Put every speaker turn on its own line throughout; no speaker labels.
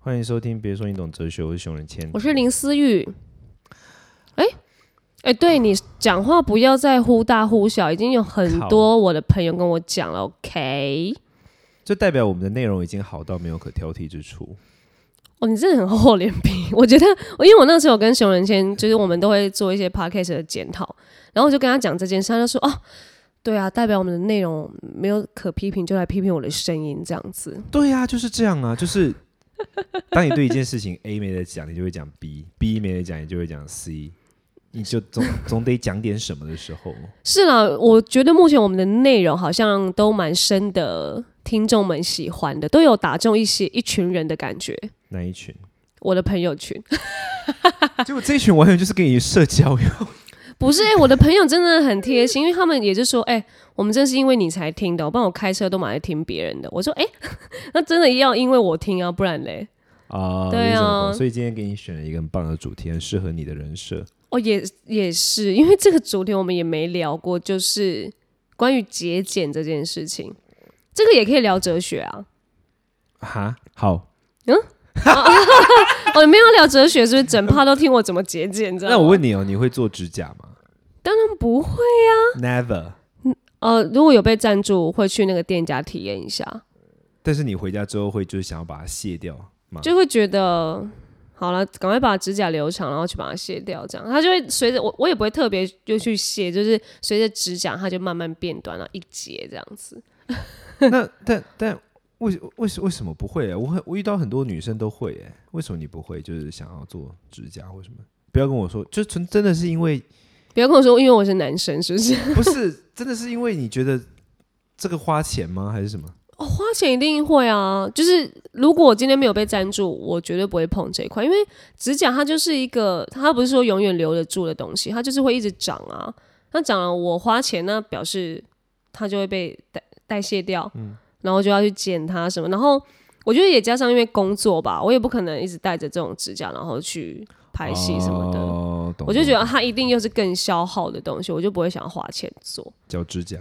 欢迎收听，别说你懂哲学，我是熊仁谦
我。是林思雨。哎、哎、对你讲话不要再忽大忽小，已经有很多我的朋友跟我讲了。OK，
就代表我们的内容已经好到没有可挑剔之处。
哦，你真的很厚脸皮。我觉得，因为我那时候有跟熊仁谦，就是我们都会做一些 podcast 的检讨，然后我就跟他讲这件事，他就说：“哦，对啊，代表我们的内容没有可批评，就来批评我的声音这样子。
对呀、就是这样啊，就是 当你对一件事情 A 没得讲，你就会讲 B；B 没得讲，你就会讲 C。你就总 总得讲点什么的时候，”
是啦，我觉得目前我们的内容好像都蛮深的，听众们喜欢的，都有打中一些一群人的感觉。
那一群，
我的朋友群
结果这一群完全就是给你社交 用。
不是、欸、我的朋友真的很贴心，因为他们也就说，哎、我们正是因为你才听的，不然我开车都蛮爱听别人的。我说，哎、 那真的要因为我听啊，不然嘞，
啊，有一
对啊
种朋友所以今天给你选了一个很棒的主题，很适合你的人设。
哦，也也是，因为这个主题我们也没聊过，就是关于节俭这件事情，这个也可以聊哲学 啊。
哈，好，
哦，你们要聊哲学，是不是整趴都听我怎么节俭？
那我问你哦，你会做指甲吗
你们不会？
？Never。
呃，如果有被赞助，会去那个店家体验一下。
但是你回家之后会就是想要把它卸掉吗？
就会觉得好了，赶快把指甲留长，然后去把它卸掉，这样它就会随着我，我也不会特别就去卸，就是随着指甲它就慢慢变短了，一节这样子。
那但但为为为什么不会、啊？我很我遇到很多女生都会哎、为什么你不会？就是想要做指甲或什么？不要跟我说，就纯真的是因为
不要跟我说，因为我是男生，是不是？
不是真的是因为你觉得这个花钱吗？还是什么？
哦，花钱一定会啊！就是如果我今天没有被赞助，我绝对不会碰这一块，因为指甲它就是一个，它不是说永远留得住的东西，它就是会一直长啊。那长了，我花钱，那表示它就会被代代谢掉，然后就要去剪它什么。然后我觉得也加上因为工作吧，我也不可能一直带着这种指甲，然后去拍戏什么的。
哦、懂
我就觉
懂
得它一定又是更消耗的东西，我就不会想要花钱做。
脚指甲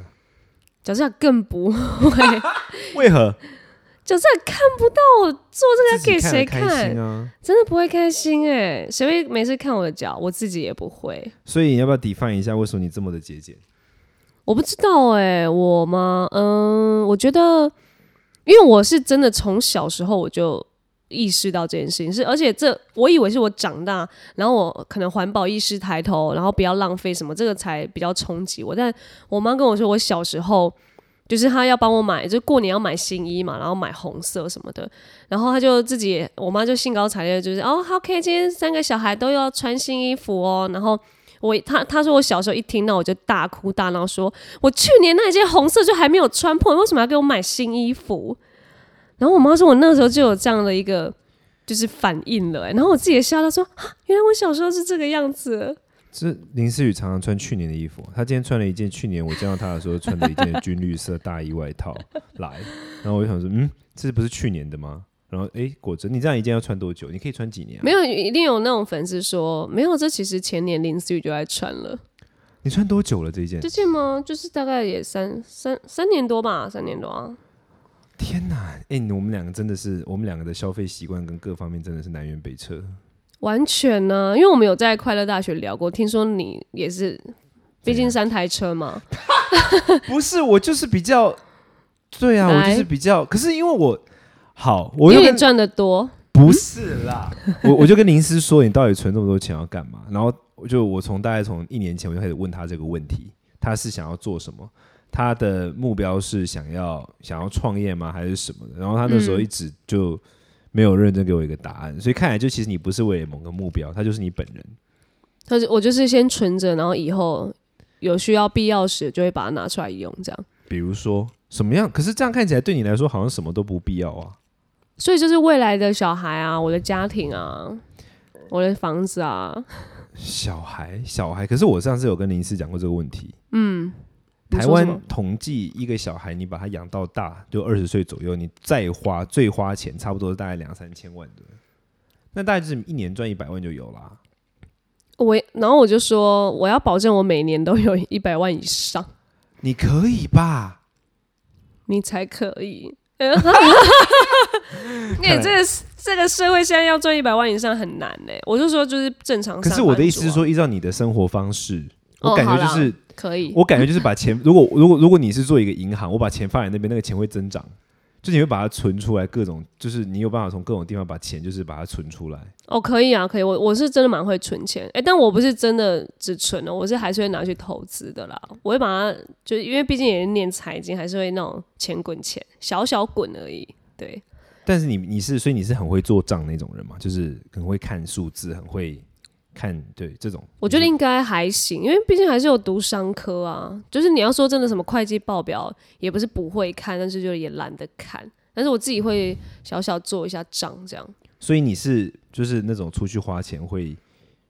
脚指甲更不会。
为何？
就是看不到我做这
自
个
己
给谁
看了开心啊？
真的不会开心哎、谁会每次看我的脚？我自己也不会，
所以你要不要 define 一下为什么你这么的节俭？
我不知道哎、我吗？嗯，我觉得，因为我是真的从小时候我就意识到这件事情，是而且这我以为是我长大，然后我可能环保意识抬头，然后不要浪费什么，这个才比较冲击我。但我妈跟我说，我小时候。就是她要帮我买，就过年要买新衣嘛，然后买红色什么的，然后她就自己也，我妈就兴高采烈，就是哦好，OK，今天三个小孩都要穿新衣服哦。然后我她她说我小时候一听到我就大哭大闹说，我去年那件红色就还没有穿破，你为什么要给我买新衣服？然后我妈说，我那时候就有这样的一个就是反应了、欸然后我自己也吓到说，啊，原来我小时候是这个样子的。
这林思雨常常穿去年的衣服，她今天穿了一件去年我见到她的时候穿的一件军绿色大衣外套来，然后我就想说，嗯，这不是去年的吗？然后诶，果真，你这样一件要穿多久？你可以穿几年、啊
没？有，一定有那种粉丝说，没有，这其实前年林思雨就在穿了，
你穿多久了这一件
这？件吗？就是大概也三三三年多吧，三年多啊。
天哪！诶，你我们两个真的是，我们两个的消费习惯跟各方面真的是南辕北辙。
完全呢、因为我们有在快乐大学聊过，听说你也是，毕竟
怎样
三台车嘛，
不是，我就是比较，对啊，我
来
就是比较，可是因为我好，我
因
又
为
跟
你赚的多，
不是啦， 我我就跟林思说，你到底存这么多钱要干嘛？然后我就我从大概从一年前我就开始问他这个问题，他是想要做什么？他的目标是想要想要创业吗？还是什么的？然后他那时候一直就没有认真给我一个答案，所以看来就其实你不是为了某个目标，他就是你本人。
但是我就是先存着，然后以后有需要必要时就会把它拿出来用，这样。
比如说什么样？可是这样看起来对你来说好像什么都不必要啊。
所以就是未来的小孩啊，我的家庭啊，我的房子啊，
小孩，小孩。可是我上次有跟林思讲过这个问题，
嗯你
台
说什么
湾统计一个小孩，你把他养到大，就二十岁左右，你再花最花钱，差不多大概两三千万的，那大概就是一年赚一百万就有啦。
我，然后我就说我要保证我每年都 有一百万以上，
你可以吧？
你才可以。 那、这个这个社会现在要赚一百万以上很难呢、我就说就是正常、
可是我的意思是，说，依照你的生活方式，我
啊哦
感觉就
好啦
是，
可以，
我感觉就是把钱，如果如果如果你是做一个银行，我把钱放在那边，那个钱会增长，就你会把它存出来，各种就是你有办法从各种地方把钱就是把它存出来。
哦，可以啊，可以，我我是真的蛮会存钱，哎、但我不是真的只存哦了，我是还是会拿去投资的啦。我会把它，就因为毕竟也是念财经，还是会那种钱滚钱，小小滚而已。对，
但是你你是所以你是很会做账那种人嘛，就是很会看数字，很会看对这种。
我觉得应该还行，因为毕竟还是有读商科啊。就是你要说真的，什么会计报表也不是不会看，但是就也懒得看。但是我自己会小小做一下账，这样。
所以你是就是那种出去花钱会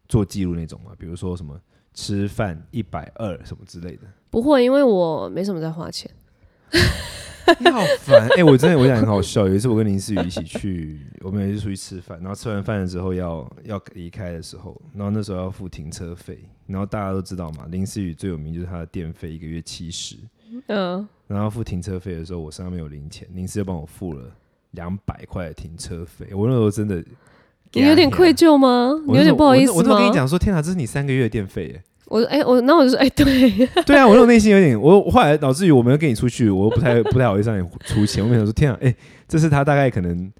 做记录那种嘛，比如说什么吃饭一百二什么之类的。
不会，因为我没什么在花钱。
你好烦！哎、我真的我想很好笑。有一次我跟林思雨一起去，我们也是出去吃饭，然后吃完饭了之后要要离开的时候，然后那时候要付停车费，然后大家都知道嘛，林思雨最有名就是她的电费一个月七十，
嗯，
然后付停车费的时候我身上没有零钱，林思雨帮我付了两百块的停车费，我那时候真的。
你有点愧疚吗？你
我
有
那时候
点不好意思吗？
我那时候我那时候跟你讲说，天哪，啊这是你三个月的电费耶！
我说，哎、我那我就说，哎、对，
对啊，我那种内心有点，我我后来导致于我没有跟你出去，我又不太不太好意思让你出钱。我没想说，天啊，哎、这是他大概可能，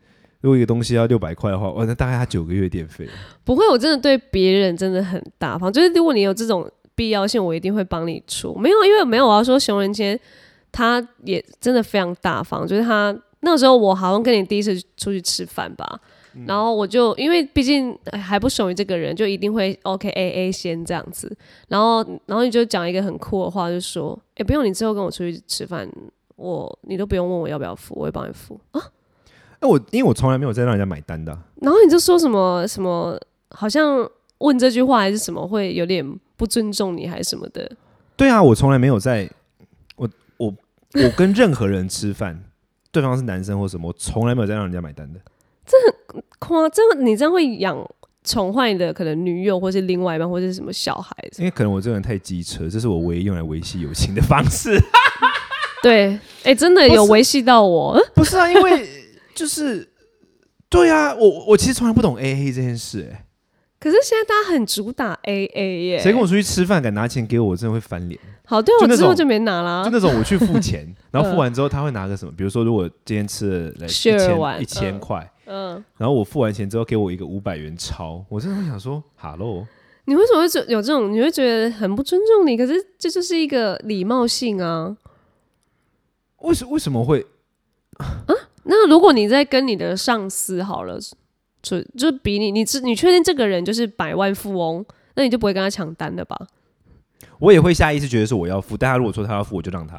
如果一个东西要六百块的话，哇，那大概他九个月电费。
不会，我真的对别人真的很大方。就是如果你有这种必要性，我一定会帮你出。没有，因为没有，我要说熊仁谦他也真的非常大方，就是他那时候我好像跟你第一次出去吃饭吧。然后我就因为毕竟哎还不熟于这个人，就一定会 OK A A 先这样子。然后然后你就讲一个很酷的话，就说：“哎，不用，你之后跟我出去吃饭，我你都不用问我要不要付，我会帮你付。”
那哎我因为我从来没有再让人家买单的啊、
然后你就说什么什么，好像问这句话还是什么，会有点不尊重你还是什么的。
对啊，我从来没有在，我我我跟任何人吃饭，对方是男生或什么，我从来没有再让人家买单的。
夸这样你这样会养宠坏你的可能女友，或是另外一半，或是什么小孩子。
因为可能我这个人太机车，这是我唯一用来维系友情的方式。
对，哎，真的有维系到我。
不是啊，因 为就是对啊，我我其实从来不懂 A A 这件事、哎。
可是现在大家很主打 AA 耶，
谁跟我出去吃饭敢拿钱给我，我真的会翻脸。
好，对
就
我
那
之后
种
就没拿啦
就。那种我去付 钱，然
嗯
后付完之后他会拿个什么？比如说，如果今天吃了来一
Share
千
完
一千
嗯
块，
嗯，
然后我付完钱之后给我一个五百元钞，我真的会想说哈喽，
你为什么会觉有这种？你会觉得很不尊重你？可是这就是一个礼貌性啊。
为什为什么会？
那如果你在跟你的上司好了，就就比你，你知你确定这个人就是百万富翁，那你就不会跟他抢单了吧？
我也会下意识觉得是我要付，但他如果说他要付，我就让他。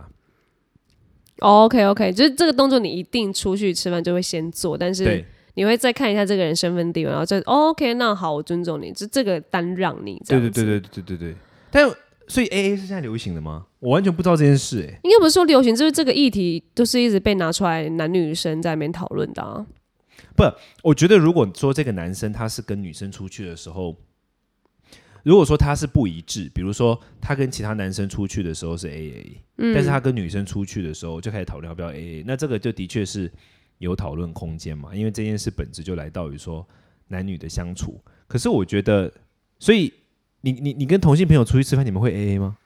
o 哦 OK OK，就是这个动作你一定出去吃饭就会先做，但是
对，
你会再看一下这个人身份地位，然后再、哦 OK，那好，我尊重你，就这个单让你这
对
样子。
对对对对对对。但所以 A A 是现在流行的吗？我完全不知道这件事、哎，
应该不是说流行，就是这个议题都是一直被拿出来男女生在那边讨论的、啊。
我觉得如果说这个男生他是跟女生出去的时候，如果说他是不一致，比如说他跟其他男生出去的时候是 A A，、但是他跟女生出去的时候就开始讨论要不要 A A，那这个就的确是有讨论空间嘛，因为这件事本质就来到于说男女的相处。可是我觉得，所以你你你跟同性朋友出去吃饭，你们会 A A 吗？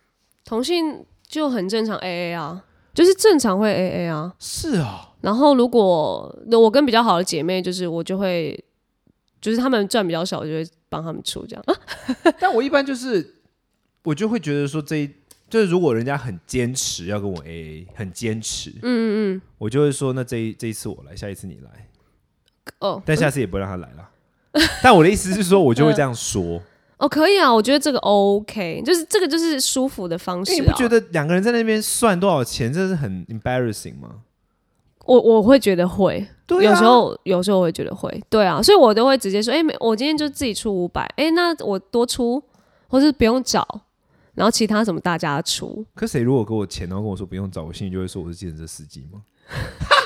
同性就很正常 AA 啊，就是正常会 AA 啊。
是啊、
然后如果我跟比较好的姐妹，就是我就会，就是她们赚比较少，我就会帮她们出这样。啊
但我一般就是我就会觉得说这一就是如果人家很坚持要跟我 A A，很坚持，
嗯嗯
我就会说，那这一这一次我来，下一次你来，
嗯，哦，
但下次也不会让他来了。但我的意思是说，我就会这样说，
哦，可以啊，我觉得这个 OK，就是这个就是舒服的方
因为
式、
你
啊。
不觉得两个人在那边算多少钱，这是很 embarrassing 吗？
我我会觉得会，
对啊
有时候有时候我会觉得会，对啊，所以我都会直接说，哎、没，我今天就自己出五百，哎，那我多出，或是不用找，然后其他什么大家出，
可谁如果给我钱，然后跟我说不用找，我心里就会说我是计程车司机吗？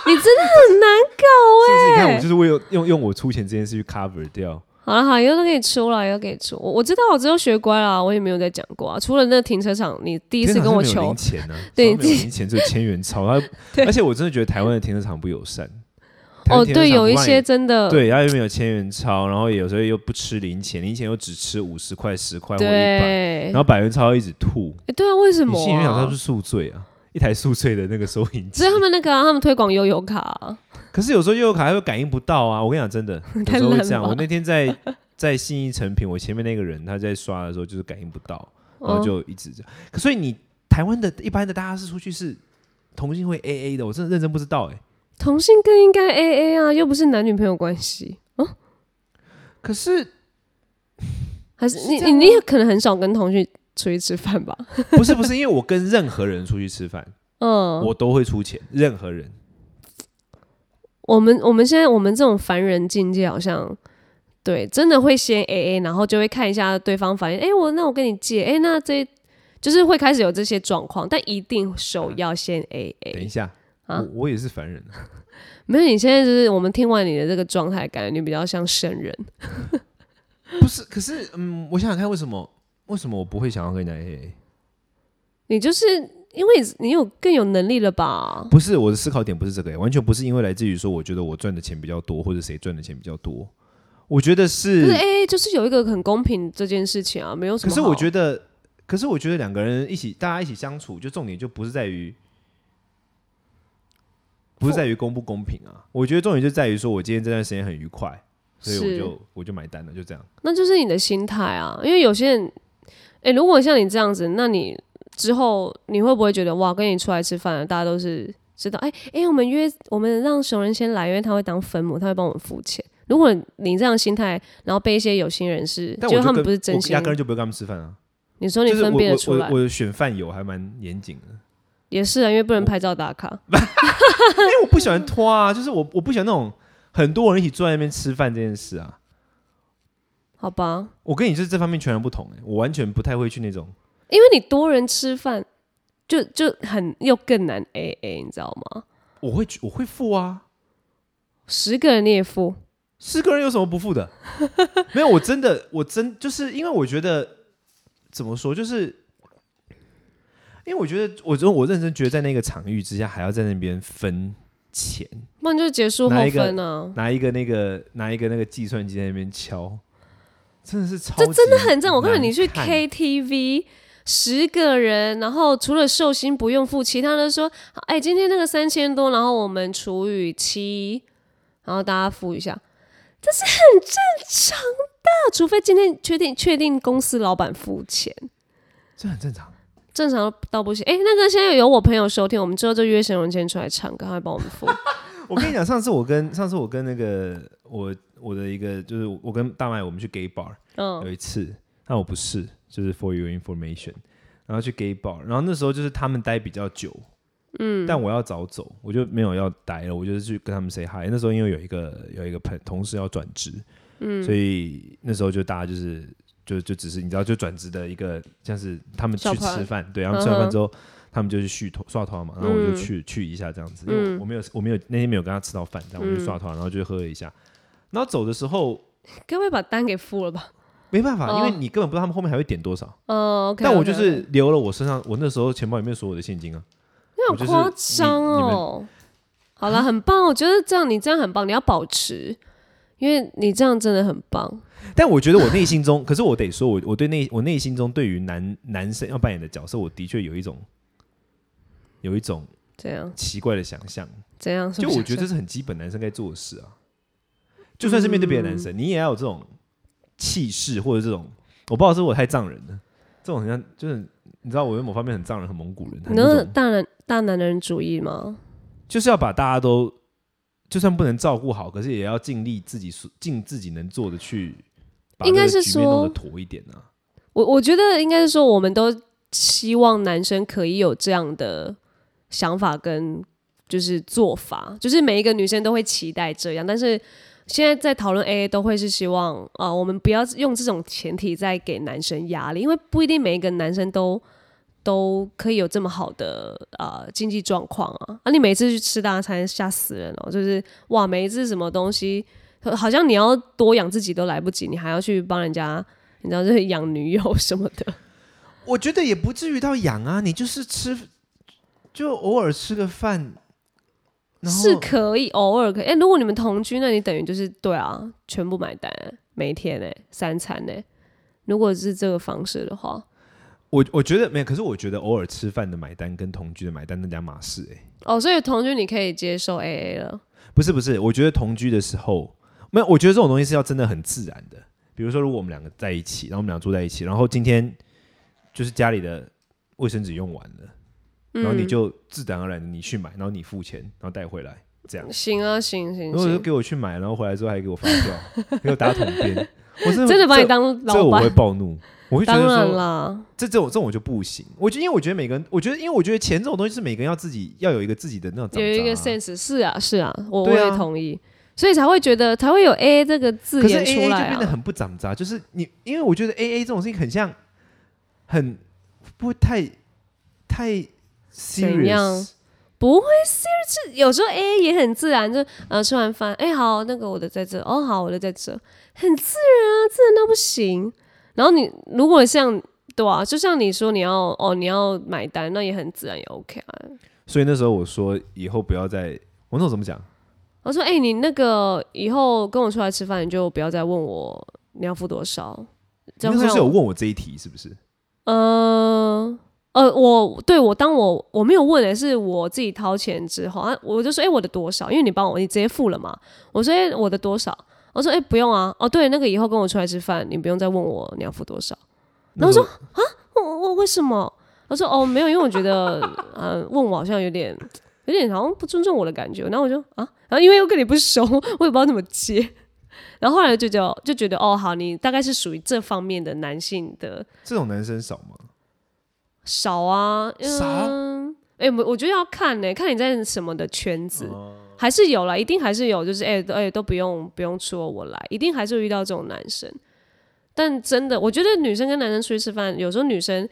你真的很难搞
是不是？你
哎、
看我就是为了用用我出钱这件事去 cover 掉，
好了好，以后都可以出了，以后可以出。我我知道，我只有学乖啦，我也没有再讲过啊。除了那停车场，你第一次
天哪
跟我
他没有
求
零，钱呢、啊，
对
他没有零钱只有千元钞，他
对
而且我真的觉得台湾的停车场不友善。台
哦，
湾停车
对，
场
有
不
一
让你
些真的，
对，他又没有千元钞，然后有时候又不吃零钱，零钱又只吃五十块、十啊块或一百，
对
然，后百元钞一直吐，
诶对啊，为什
你
么
心里面想
啊
他是？宿醉啊，一台宿醉的那个收银机
所以。他们那个啊，他们推广悠游卡啊，
可是有时候悠游卡它会感应不到啊！我跟你讲，真 的，有
太
时候会
烂
这样。
了
我那天在在信义成品，我前面那个人他在刷的时候就是感应不到，然后
嗯
就一直这样。可所以你台湾的一般的大家是出去是同性会 A A 的，我真的认真不知道哎、
同性更应该 A A 啊，又不是男女朋友关系。
可是
还是
是
你
这
你
样
你
吗
也可能很少跟同学出去吃饭吧？
不是不是，因为我跟任何人出去吃饭，
嗯，
我都会出钱，任何人。
我们我们现在我们这种凡人境界好像。对，真的会先 A A，然后就会看一下对方反应。哎，我那我跟你借，哎，那这就是会开始有这些状况，但一定
嗯
首要先 A
等一
A。
下，
啊
我我也是凡人啊，
没有，你现在就是我们听完你的这个状态，感觉你比较像圣人。
不是？可是嗯，我想想看，为什么为什么我不会想要跟人家 A A？
你就是因为你有更有能力了吧？
不是我的思考点不是这个、欸，完全不是因为来自于说我觉得我赚的钱比较多，或者谁赚的钱比较多。我觉得
可
是，
是 A A 就是有一个很公平这件事情啊，没有什
可
么好。
是我觉得，可是我觉得两个人一起，大家一起相处，就重点就不是在于，不是在于公不公平啊。我觉得重点就在于说我今天这段时间很愉快，所以我
是
就我就买单了，就这样。
那就是你的心态啊，因为有些人，哎、如果像你这样子，那你之后你会不会觉得哇，跟你出来吃饭的大家都是知道，哎、哎、我们约我们让熟人先来，因为他会当分母，他会帮我们付钱。如果你这样心态，然后被一些有心人士，
但
就
我
他们
跟
不是
我
真心
压，根儿就不会跟他们吃饭啊。
你说你
就是
分
我
辨得出
我
来，
我我选饭友还蛮严谨的，
也是啊，因为不能拍照打卡。
因为我不喜欢拖啊，就是我我不喜欢那种很多人一起坐在那边吃饭这件事啊。
好吧，
我跟你是这方面全然不同、欸，我完全不太会去那种。
因为你多人吃饭，就就很又更难 A A，你知道吗？
我会去我会付啊，
十个人你也付，
四个人有什么不付的？ 没有，我真的我真就是因为我觉得怎么说，就是因为我觉得我真我认真觉得在那个场域之下，还要在那边分钱，
不然就结束后
哪一个
分啊。
拿一个那个拿一个那个计算机在那边敲，真的是超
这真的很
正。
正。我告诉你，你去
看
KTV 十个人，然后除了寿星不用付，其他的说，哎，今天那个三千多，然后我们除以七，然后大家付一下，这是很正常的。除非今天确定确定公司老板付钱，
这很正常。
正常到不行。哎，那个现在有我朋友收听，我们之后就约沈荣谦出来唱歌，他会帮我们付。
我跟你讲，上次我跟上次我跟那个我我的一个就是我跟大麦我们去 gay bar，
嗯
有一次，但我不是，就是 for your information，然后去 gay bar，然后那时候就是他们待比较久，嗯，但我要早走，我就没有要待了，我就是去跟他们 say hi。那时候因为有一个有一个朋同事要转职，嗯，所以那时候就大家就是就就只是你知道就转职的一个像是他们
小
去
团嗯
吃饭，对，然后吃完饭之后。他们就去续头刷头嘛，然后我就去、去一下这样子，因
嗯
为我没有我没有那天没有跟他吃到饭，这样我就刷头，然后就喝了一下。然后走的时候，
该不会把单给付了吧？
没办法，
哦
因为你根本不知道他们后面还会点多少。
嗯，OK，
但我就是留了我身上，我那时候钱包里面所有的现金啊。
那
我
好
就是
夸张
你你
哦。好了，很棒，我觉得这样你这样很棒，你要保持，因为你这样真的很棒。
但我觉得我内心中，可是我得说我，我对内我内心中对于男男生要扮演的角色，我的确有一种有一种
怎样？
奇怪的想象。
怎样？
就我觉得这是很基本男生该做的事啊。就算是面对别的男生，你也要有这种气势或者这种，我不知道是我太藏人了，这种很像就是你知道我有某方面很藏人，很蒙古人，很
你
那
那
种
大男大男人主义吗？
就是要把大家都，就算不能照顾好，可是也要尽力自己所尽自己能做的去，把
应该
这个
是
局面弄得
说
妥一点啊。
我我觉得应该是说，我们都希望男生可以有这样的想法跟就是做法，就是每一个女生都会期待这样，但是。现在在讨论 AA 都会是希望，呃，我们不要用这种前提再给男生压力，因为不一定每一个男生都都可以有这么好的呃经济状况啊。啊，你每次去吃大餐吓死人哦，就是哇，每一次什么东西呃好像你要多养自己都来不及，你还要去帮人家，你知道，就是养女友什么的。
我觉得也不至于到养啊，你就是吃，就偶尔吃个饭，然后
是可以偶尔可以。哎、如果你们同居，那你等于就是对啊，全部买单，每一天哎、三餐哎、如果是这个方式的话，
我我觉得没有，可是我觉得偶尔吃饭的买单跟同居的买单那两码事、欸，
哦，所以同居你可以接受 A A 了。
不是不是，我觉得同居的时候，没有，我觉得这种东西是要真的很自然的。比如说，如果我们两个在一起，然后我们俩住在一起，然后今天就是家里的卫生纸用完了，
嗯
然后你就自然而然的你去买，然后你付钱，然后带回来，这样。
行啊，行行
如果就
行，
给我去买，然后回来之后还给我发 票，给我打桶边，我真的
真的把你
这
当
这
老
我会
板，
暴怒，我会觉
当
得
然
说
啦，
这这种这种我就不行。我觉得因为我觉得每个人，我觉得因为我觉得钱这种东西是每个人要自己要有一个自己的那种掌
有一个
闸啊
sense 是啊是啊，我我
对啊
也同意，所以才会觉得才会有 A A 这个字
可是 A
眼
A
出
就
来
变得
啊。
很不长杂，就是你，因为我觉得 A A 这种事情很像，很不太太
怎样
serious。
不会 serious，是有时候 A A 也很自然，就呃吃完饭，哎、好，那个我的在这，哦好，我的在这，很自然啊，自然到不行。然后你如果像对啊，就像你说你要哦你要买单，那也很自然也 OK 啊。
所以那时候我说以后不要再，我那时候怎么讲？
我说：“哎、你那个以后跟我出来吃饭，你就不要再问我你要付多少。”这
你那时
样会
候是
让
有
我
问我这一题是不是？
呃呃，我对我当我我没有问的、是我自己掏钱之后啊，我就说：“哎、我的多少？”因为你帮我，你直接付了嘛。我说：“哎、我的多少？”我说：“哎、不用啊。哦，对，那个以后跟我出来吃饭，你不用再问我你要付多少。然
那
后
时
说
候
我我为什么？他说哦没有，因为我觉得呃问我好像有点有点好像不尊重我的感觉。然后我就啊，然后因为又跟你不熟， 我也不知道怎么接。 然后后来就觉得就觉得哦好，你大概是属于这方面的男性的
这种男生少吗？
少啊，
少
嗯，哎、我我觉得要看呢、看你在什么的圈子，
哦
还是有啦，一定还是有，就是哎哎、都不用不用说我来，一定还是会遇到这种男生。但真的，我觉得女生跟男生出去吃饭，有时候女生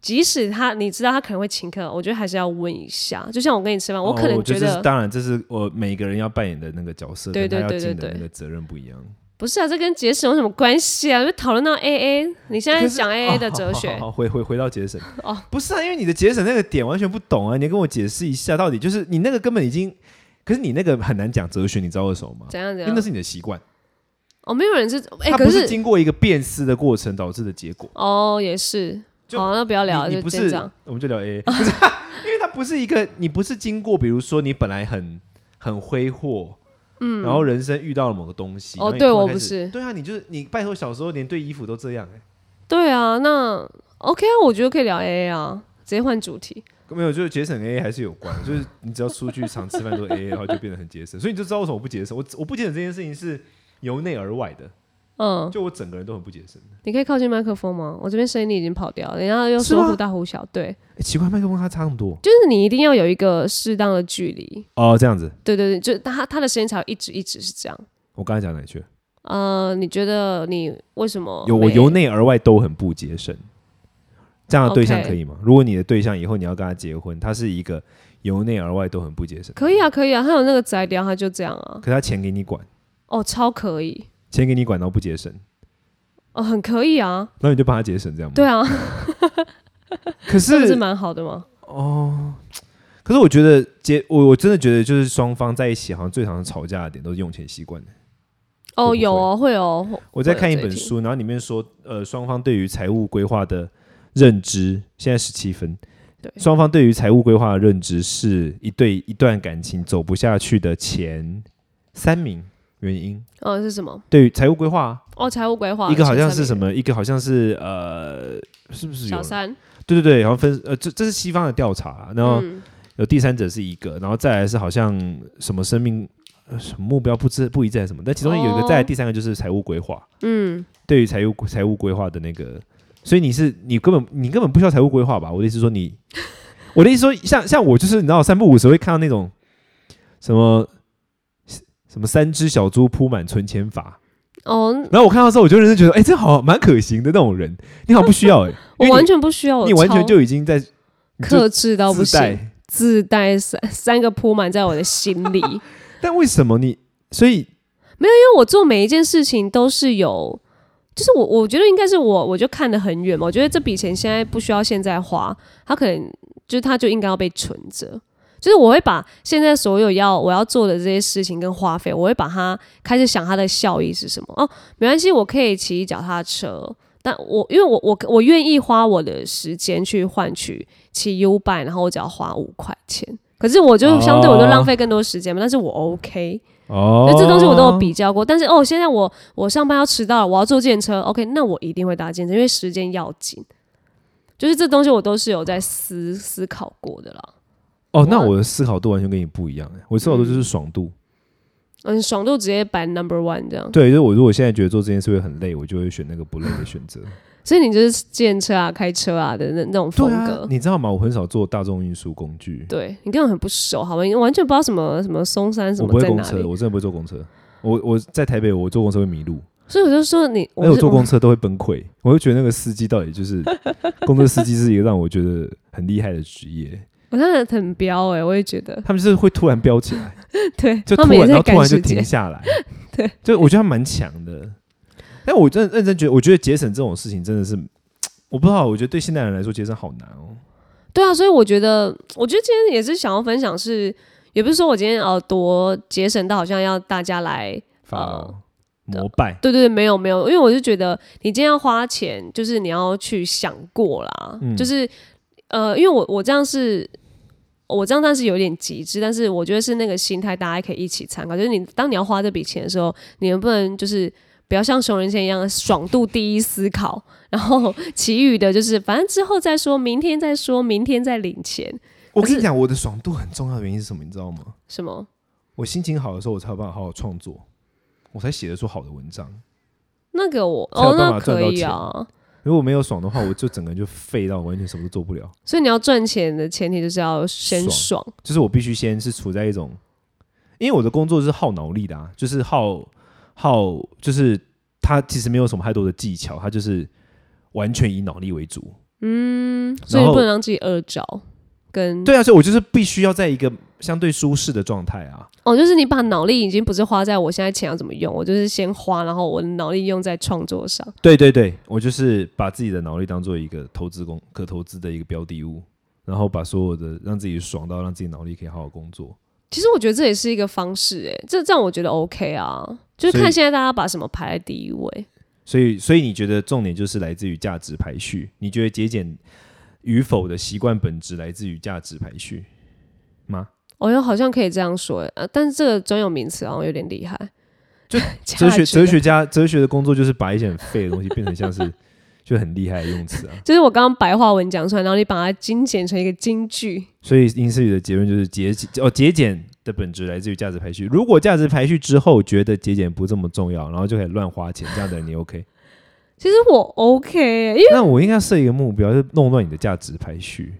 即使她你知道她可能会请客，我觉得还是要问一下。就像我跟你吃饭，我可
哦
能
我觉得
觉
这
得、
是当然，这是我每个人要扮演的那个角色，
对
跟他
对
要
对
尽
对
的
对
那个责任不一样。
不是啊，这跟节省有什么关系啊？就讨论到 A A，你现在
可是
讲 A A 的
哦
哲学，
好好好回回回到节省
哦，
不是啊，因为你的节省那个点完全不懂啊，你要跟我解释一下，到底就是你那个根本已经，可是你那个很难讲哲学，你知道为什么吗？
怎样
因
怎
为那
样？
是你的习惯，
哦，没有人是哎、
它
可
不
是
经过一个辨识的过程导致的结果。
哦也是，
就
好、那不要聊了，
你
就
你不
先
是
这样。，
我们就聊 A，不是， 因为它不是一个，你不是经过，比如说你本来很很挥霍。嗯，然后人生遇到了某个东西，然后
哦
你突
对
然
我
开
不
始
是
对啊，你就是你，拜托，小时候连对衣服都这样、欸，
对啊，那 OK 啊，我觉得可以聊 AA 啊，直接换主题。
没有，就是节省 A A 还是有关，就是你只要出去常吃饭都 A A，然后就变得很节省，所以你就知道为什么我不节省。我我不节省这件事情是由内而外的，
嗯，
就我整个人都很不节省。
你可以靠近麦克风吗？我这边声音已经跑掉了，人家又
是
说
吗
忽大忽小。对，
诶奇怪，麦克风它差那么多
就是你一定要有一个适当的距离。
哦，这样子，
对对对，就他他的时间才会一直一直是这样。
我刚才讲哪里去了？
呃，你觉得你为什么
有我
哦没
由内而外都很不节省，这样的对象
OK
可以吗如果你的对象以后你要跟他结婚，他是一个由内而外都很不节省，
可以啊，可以啊，他有那个宅聊，他就这样啊。
可他钱给你管，
哦，超可以，
钱给你管到不节省，
哦，很可以啊。
那你就帮他节省这样吗？
对， 啊，
可
这不
是
是蛮好的吗？
可是我觉得结我我真的觉得就是双方在一起好像最常吵架的点都是用钱习惯的。会不
哦，
会
有哦，会哦。会
我在
会有
看一
这
本
题
书，然后里面说，呃，双方对于财务规划的认知，现在十七分。
对
双方对于财务规划的认知是一对一段感情走不下去的前三名原因。
呃，是什么？
对于财务规划，
哦，财务规划。
一个好像
前
是什
三名
么，一个好像是呃，是不是有
小？三，
对对对，然后分呃，这这是西方的调查啊，然后
嗯
有第三者是一个，然后再来是好像什么生命、呃、什么目标不知不一致还是什么，但其中有一
哦
个，再来第三个就是财务规划。
嗯。
对于财务财务规划的那个，所以你是你根本你根本不需要财务规划吧？我的意思是说 你，我的意思说像像我就是你知道三不五时会看到那种什么什么三只小猪铺满存钱法，
哦，
然后我看到之后我就认真觉得，哎、这好蛮可行的那种人，你好像不需 要哎、
我
因为你
完全不需要，我
你完全
超
就已经在你就
克制到不
自带
行，， 自带三三个铺满在我的心里。
但为什么你所以
因为我做每一件事情都是有，就是我我觉得应该是我我就看得很远嘛，我觉得这笔钱现在不需要现在花，它可能就是它就应该要被存着。就是我会把现在所有要我要做的这些事情跟花费，我会把它开始想它的效益是什么。哦，没关系，我可以骑脚踏车，但我因为我我我愿意花我的时间去换取骑 U bike，然后我只要花五块钱。可是我就相对我就浪费更多时间嘛，但是我 OK，
哦
就这东西我都有比较过。但是哦，现在我我上班要迟到了，我要坐电车，OK，那我一定会搭电车，因为时间要紧。就是这东西我都是有在思思考过的啦。
哦，那我的思考度完全跟你不一样，欸我的思考度就是爽度。
嗯，爽度直接摆 number one 这样。
对，就是我如果现在觉得做这件事会很累，我就会选那个不累的选择。
所以你就是电车啊、开车啊的那那种风
对啊
格，。
你知道吗？我很少坐大众运输工具，
对你根本很不熟，好吧？你完全不知道什么什么松山什
我不
么
会
在
公
哪
车，
里，
我真的不会坐公车。我我在台北，我坐公车会迷路，
所以我就说你，
而哎且我
是
坐公车都会崩溃。我就觉得那个司机到底就是公车司机是一个让我觉得很厉害的职业，
我真的很彪哎、我也觉得，
他们就是会突然飙起来，
对，
就
他
突
们也
然然后
在
突
赶
然就
时间
停，下来。
对，
就我觉得他蛮强的。但我真的认真觉得，我觉得节省这种事情真的是，我不知道，我觉得对现代人来说节省好难哦。
对啊，所以我觉得，我觉得今天也是想要分享是，也不是说我今天呃多节省到好像要大家来，
法
呃
膜拜，
对对对，没有没有，因为我就觉得你今天要花钱，就是你要去想过啦，
嗯
就是呃，因为我我这样是。我这样但是有点极致，但是我觉得是那个心态，大家可以一起参考。就是你当你要花这笔钱的时候，你能不能就是不要像熊仁谦一样爽度第一思考，然后 其余的就是反正之后再说，明天再说，明天再领钱，
我
可
跟你
是
讲，我的爽度很重要的原因是什么，你知道吗？
什么？
我心情好的时候，我才有办法好好创作，我才写得出好的文章。
那个我
才有
哦，
办
那
法赚
可
到
以
钱
啊。
如果没有爽的话，我就整个人就废到完全什么都做不了。
所以你要赚钱的前提就是要先
爽
爽，
就是我必须先是处在一种，因为我的工作是耗脑力的啊，就是耗耗，就是它其实没有什么太多的技巧，它就是完全以脑力为主。
嗯，所以
然后
不能让自己饿着，跟
对啊，所以我就是必须要在一个相对舒适的状态啊。
哦，就是你把脑力已经不是花在我现在钱要怎么用，我就是先花，然后我的脑力用在创作上。
对对对，我就是把自己的脑力当做一个投资工可投资的一个标的物，然后把所有的让自己爽到让自己脑力可以好好工作。
其实我觉得这也是一个方式、欸，这这样我觉得 OK 啊，就是
所
看
以
现在大家把什么排在第一位。
所以，所以你觉得重点就是来自于价值排序？你觉得节俭与否的习惯本质来自于价值排序吗？
哦哟，好像可以这样说、欸，呃，但是这个专有名词好像有点厉害。
就
价
哲学
值
哲
的
学家哲学的工作就是把一些很废的东西变成像是 就很厉害的用词啊。
就是我刚刚白话文讲出来，然后你把它精简成一个金句。
所以英思语的结论就是节哦节俭的本质来自于价值排序。如果价值排序之后觉得节俭不这么重要，然后就开始乱花钱，这样的人你 OK？
其实我 OK，、欸、因为
那我应该设一个目标，就是弄乱你的价值排序。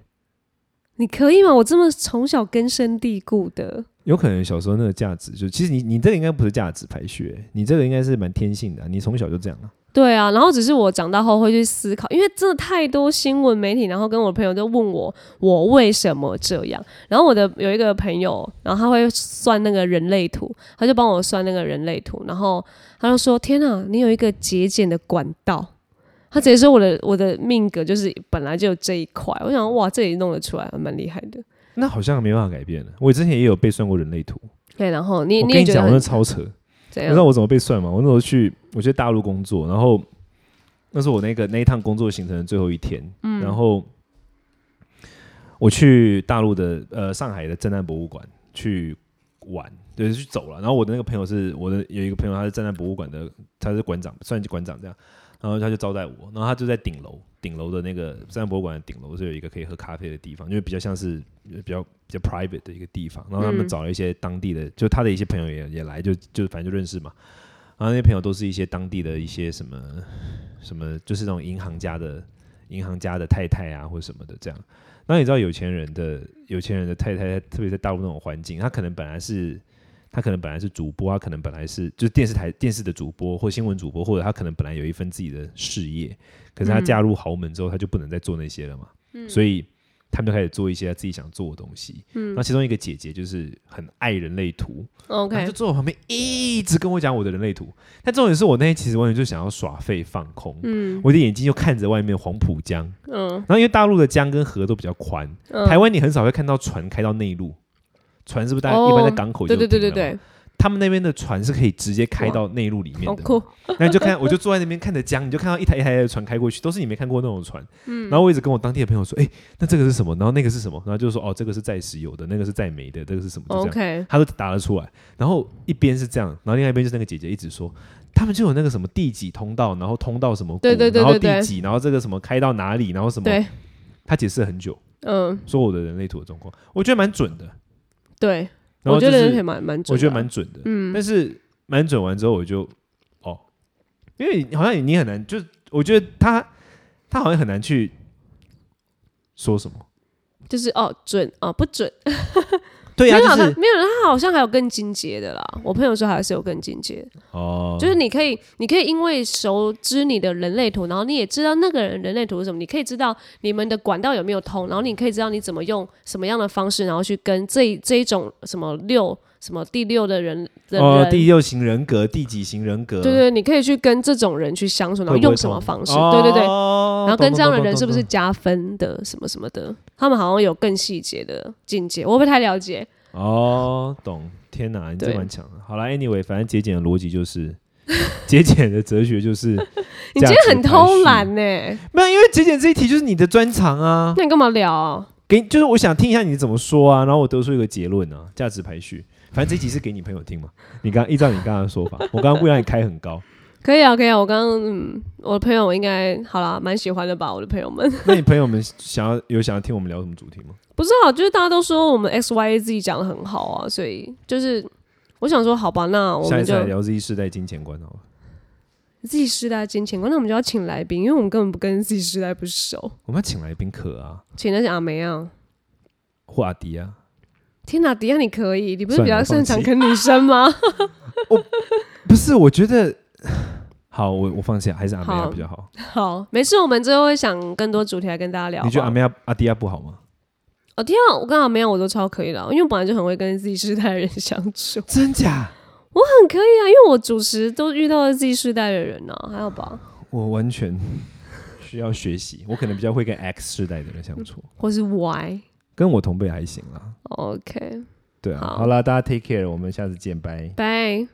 你可以吗？我这么从小根深蒂固的，
有可能小时候那个价值，就其实你你这个应该不是价值排序、欸你这个应该是蛮天性的啊、你从小就这样啊。
对啊，然后只是我长大后会去思考，因为真的太多新闻媒体，然后跟我的朋友就问我，我为什么这样？然后我的有一个朋友，然后他会算那个人类图，他就帮我算那个人类图，然后他就说：“天啊，你有一个节俭的管道。”他直接说我的我的命格就是本来就有这一块，我想哇，这里弄得出来，蛮厉害的。
那好像没办法改变了。我之前也有被算过人类图，
对，然后你
我
你
跟你哎
也觉得
讲，我那
很
超扯。
怎
你
样
知道？我怎么被算吗？我那时候去，我去大陆工作，然后那是我那个那一趟工作行程的最后一天，然后我去大陆的呃上海的震旦博物馆去玩，就是去走了。然后我的那个朋友是我的有一个朋友，他是震旦博物馆的，他是馆长，算是馆长这样。然后他就招待我，然后他就在顶楼，顶楼的那个震旦博物馆的顶楼是有一个可以喝咖啡的地方，因为比较像是呃比较比较 private 的一个地方。然后他们
嗯
找了一些当地的，就他的一些朋友也也来，就就反正就认识嘛。然后那些朋友都是一些当地的一些什么什么，就是那种银行家的银行家的太太啊，或者什么的这样。那你知道有钱人的有钱人的太太，特别在大陆那种环境，她可能本来是她可能本来是主播，她可能本来是就是电视台电视的主播或新闻主播，或者她可能本来有一份自己的事业，可是她
嗯
嫁入豪门之后，她就不能再做那些了嘛，所以他们就开始做一些自己想做的东西。嗯，那其中一个姐姐就是很爱人类图，然后
OK，
就坐我旁边一直跟我讲我的人类图。但重点是我那天其实完全就想要耍废放空，
嗯
我的眼睛就看着外面黄浦江。
嗯
然后因为大陆的江跟河都比较宽，
嗯，
台湾你很少会看到船开到内陆，船是不是大家、
哦
一般在港口就
对对对对
停了嘛
对，哦
他们那边的船是可以直接开到内陆里面
好
的。
酷，
然后你就看，我就坐在那边看着江，你就看到一台一台的船开过去，都是你没看过那种船。
嗯
然后我一直跟我当地的朋友说，哎、那这个是什么？然后那个是什么？然后就说，哦，这个是在石油的，那个是在煤的，这个是什么？就这样。
哦 OK，
他都答得出来，然后一边是这样，然后另外一边就是那个姐姐一直说，他们就有那个什么第几通道，然后通到什么谷，
对对对对
然后
对
第几，然后这个什么开到哪里，然后什么，
对，
他解释了很久，
嗯，
说我的人类图的状况，我觉得蛮准的，
对，
然后
我觉
就
得
是
也蛮蛮准的啊，
我觉得蛮准的，但是蛮准完之后我就哦，因为好像你很难，就我觉得他他好像很难去说什么，
就是哦准哦不准，
对
没
呀、
有
啊，
他
就是
没有他好像还有更进阶的啦，我朋友说还是有更进阶的，
哦，
就是你可以，你可以因为熟知你的人类图，然后你也知道那个人人类图是什么，你可以知道你们的管道有没有通，然后你可以知道你怎么用什么样的方式，然后去跟这一这一种什么六什么第六的人的人，
哦，第六型人格，第几型人格，
对对，你可以去跟这种人去相处，然后
会不会
用什么
痛
方式，
哦
对对对，
然
然后跟这样的人是不是加分的什么什么的，他们好像有更细节的境界，我不太了解，
哦，懂？天哪，你这
对
蛮强啊的。好啦 a n y w a y 反正节俭的逻辑 就是，节俭的哲学就是，
你今天很偷懒
价值排序，
呢、
没有，因为节俭这一题就是你的专长啊。
那你干嘛聊、啊？
给就是我想听一下你怎么说啊，然后我得出一个结论啊，价值排序。反正这一集是给你朋友听嘛。你刚依照你刚刚的 说法，我刚刚故意让你开很高，
可以啊，可以啊，我刚刚嗯，我的朋友应该好啦，蛮喜欢的吧，我的朋友们。
那你朋友们想要有想要听我们聊什么主题吗？
不是啊，就是大家都说我们 X Y Z 讲的很好啊，所以就是我想说，好吧，那我
下一
们
次
就
来聊 Z 世代金钱观好了。
Z 时代金钱观，那我们就要请来宾，因为我们根本不跟 Z 时代不熟，
我们要请来宾可啊，
请的是阿梅啊。
或阿迪啊，
天哪，迪亚你可以，你不是比较
算
擅
了
长跟女生吗？
不是，我觉得 好，我我放下，还是阿梅亚
好
比较好。
好，没事，我们之后会想更多主题来跟大家聊吧。
你觉得阿梅亚阿迪亚不好吗？
哦，天啊，我跟阿梅啊，我都超可以的啊，因为我本来就很会跟 Z 时代的人相处，
真假？
很可以啊，因为我主持都遇到了 Z 时代的人呢、还好吧？
我完全需要学习，我可能比较会跟 X 世代的人相处，
或是 Y。
跟我同辈还行啦。
OK，
对啊，
好
好啦，大家 take care，我们下次见，拜。
拜。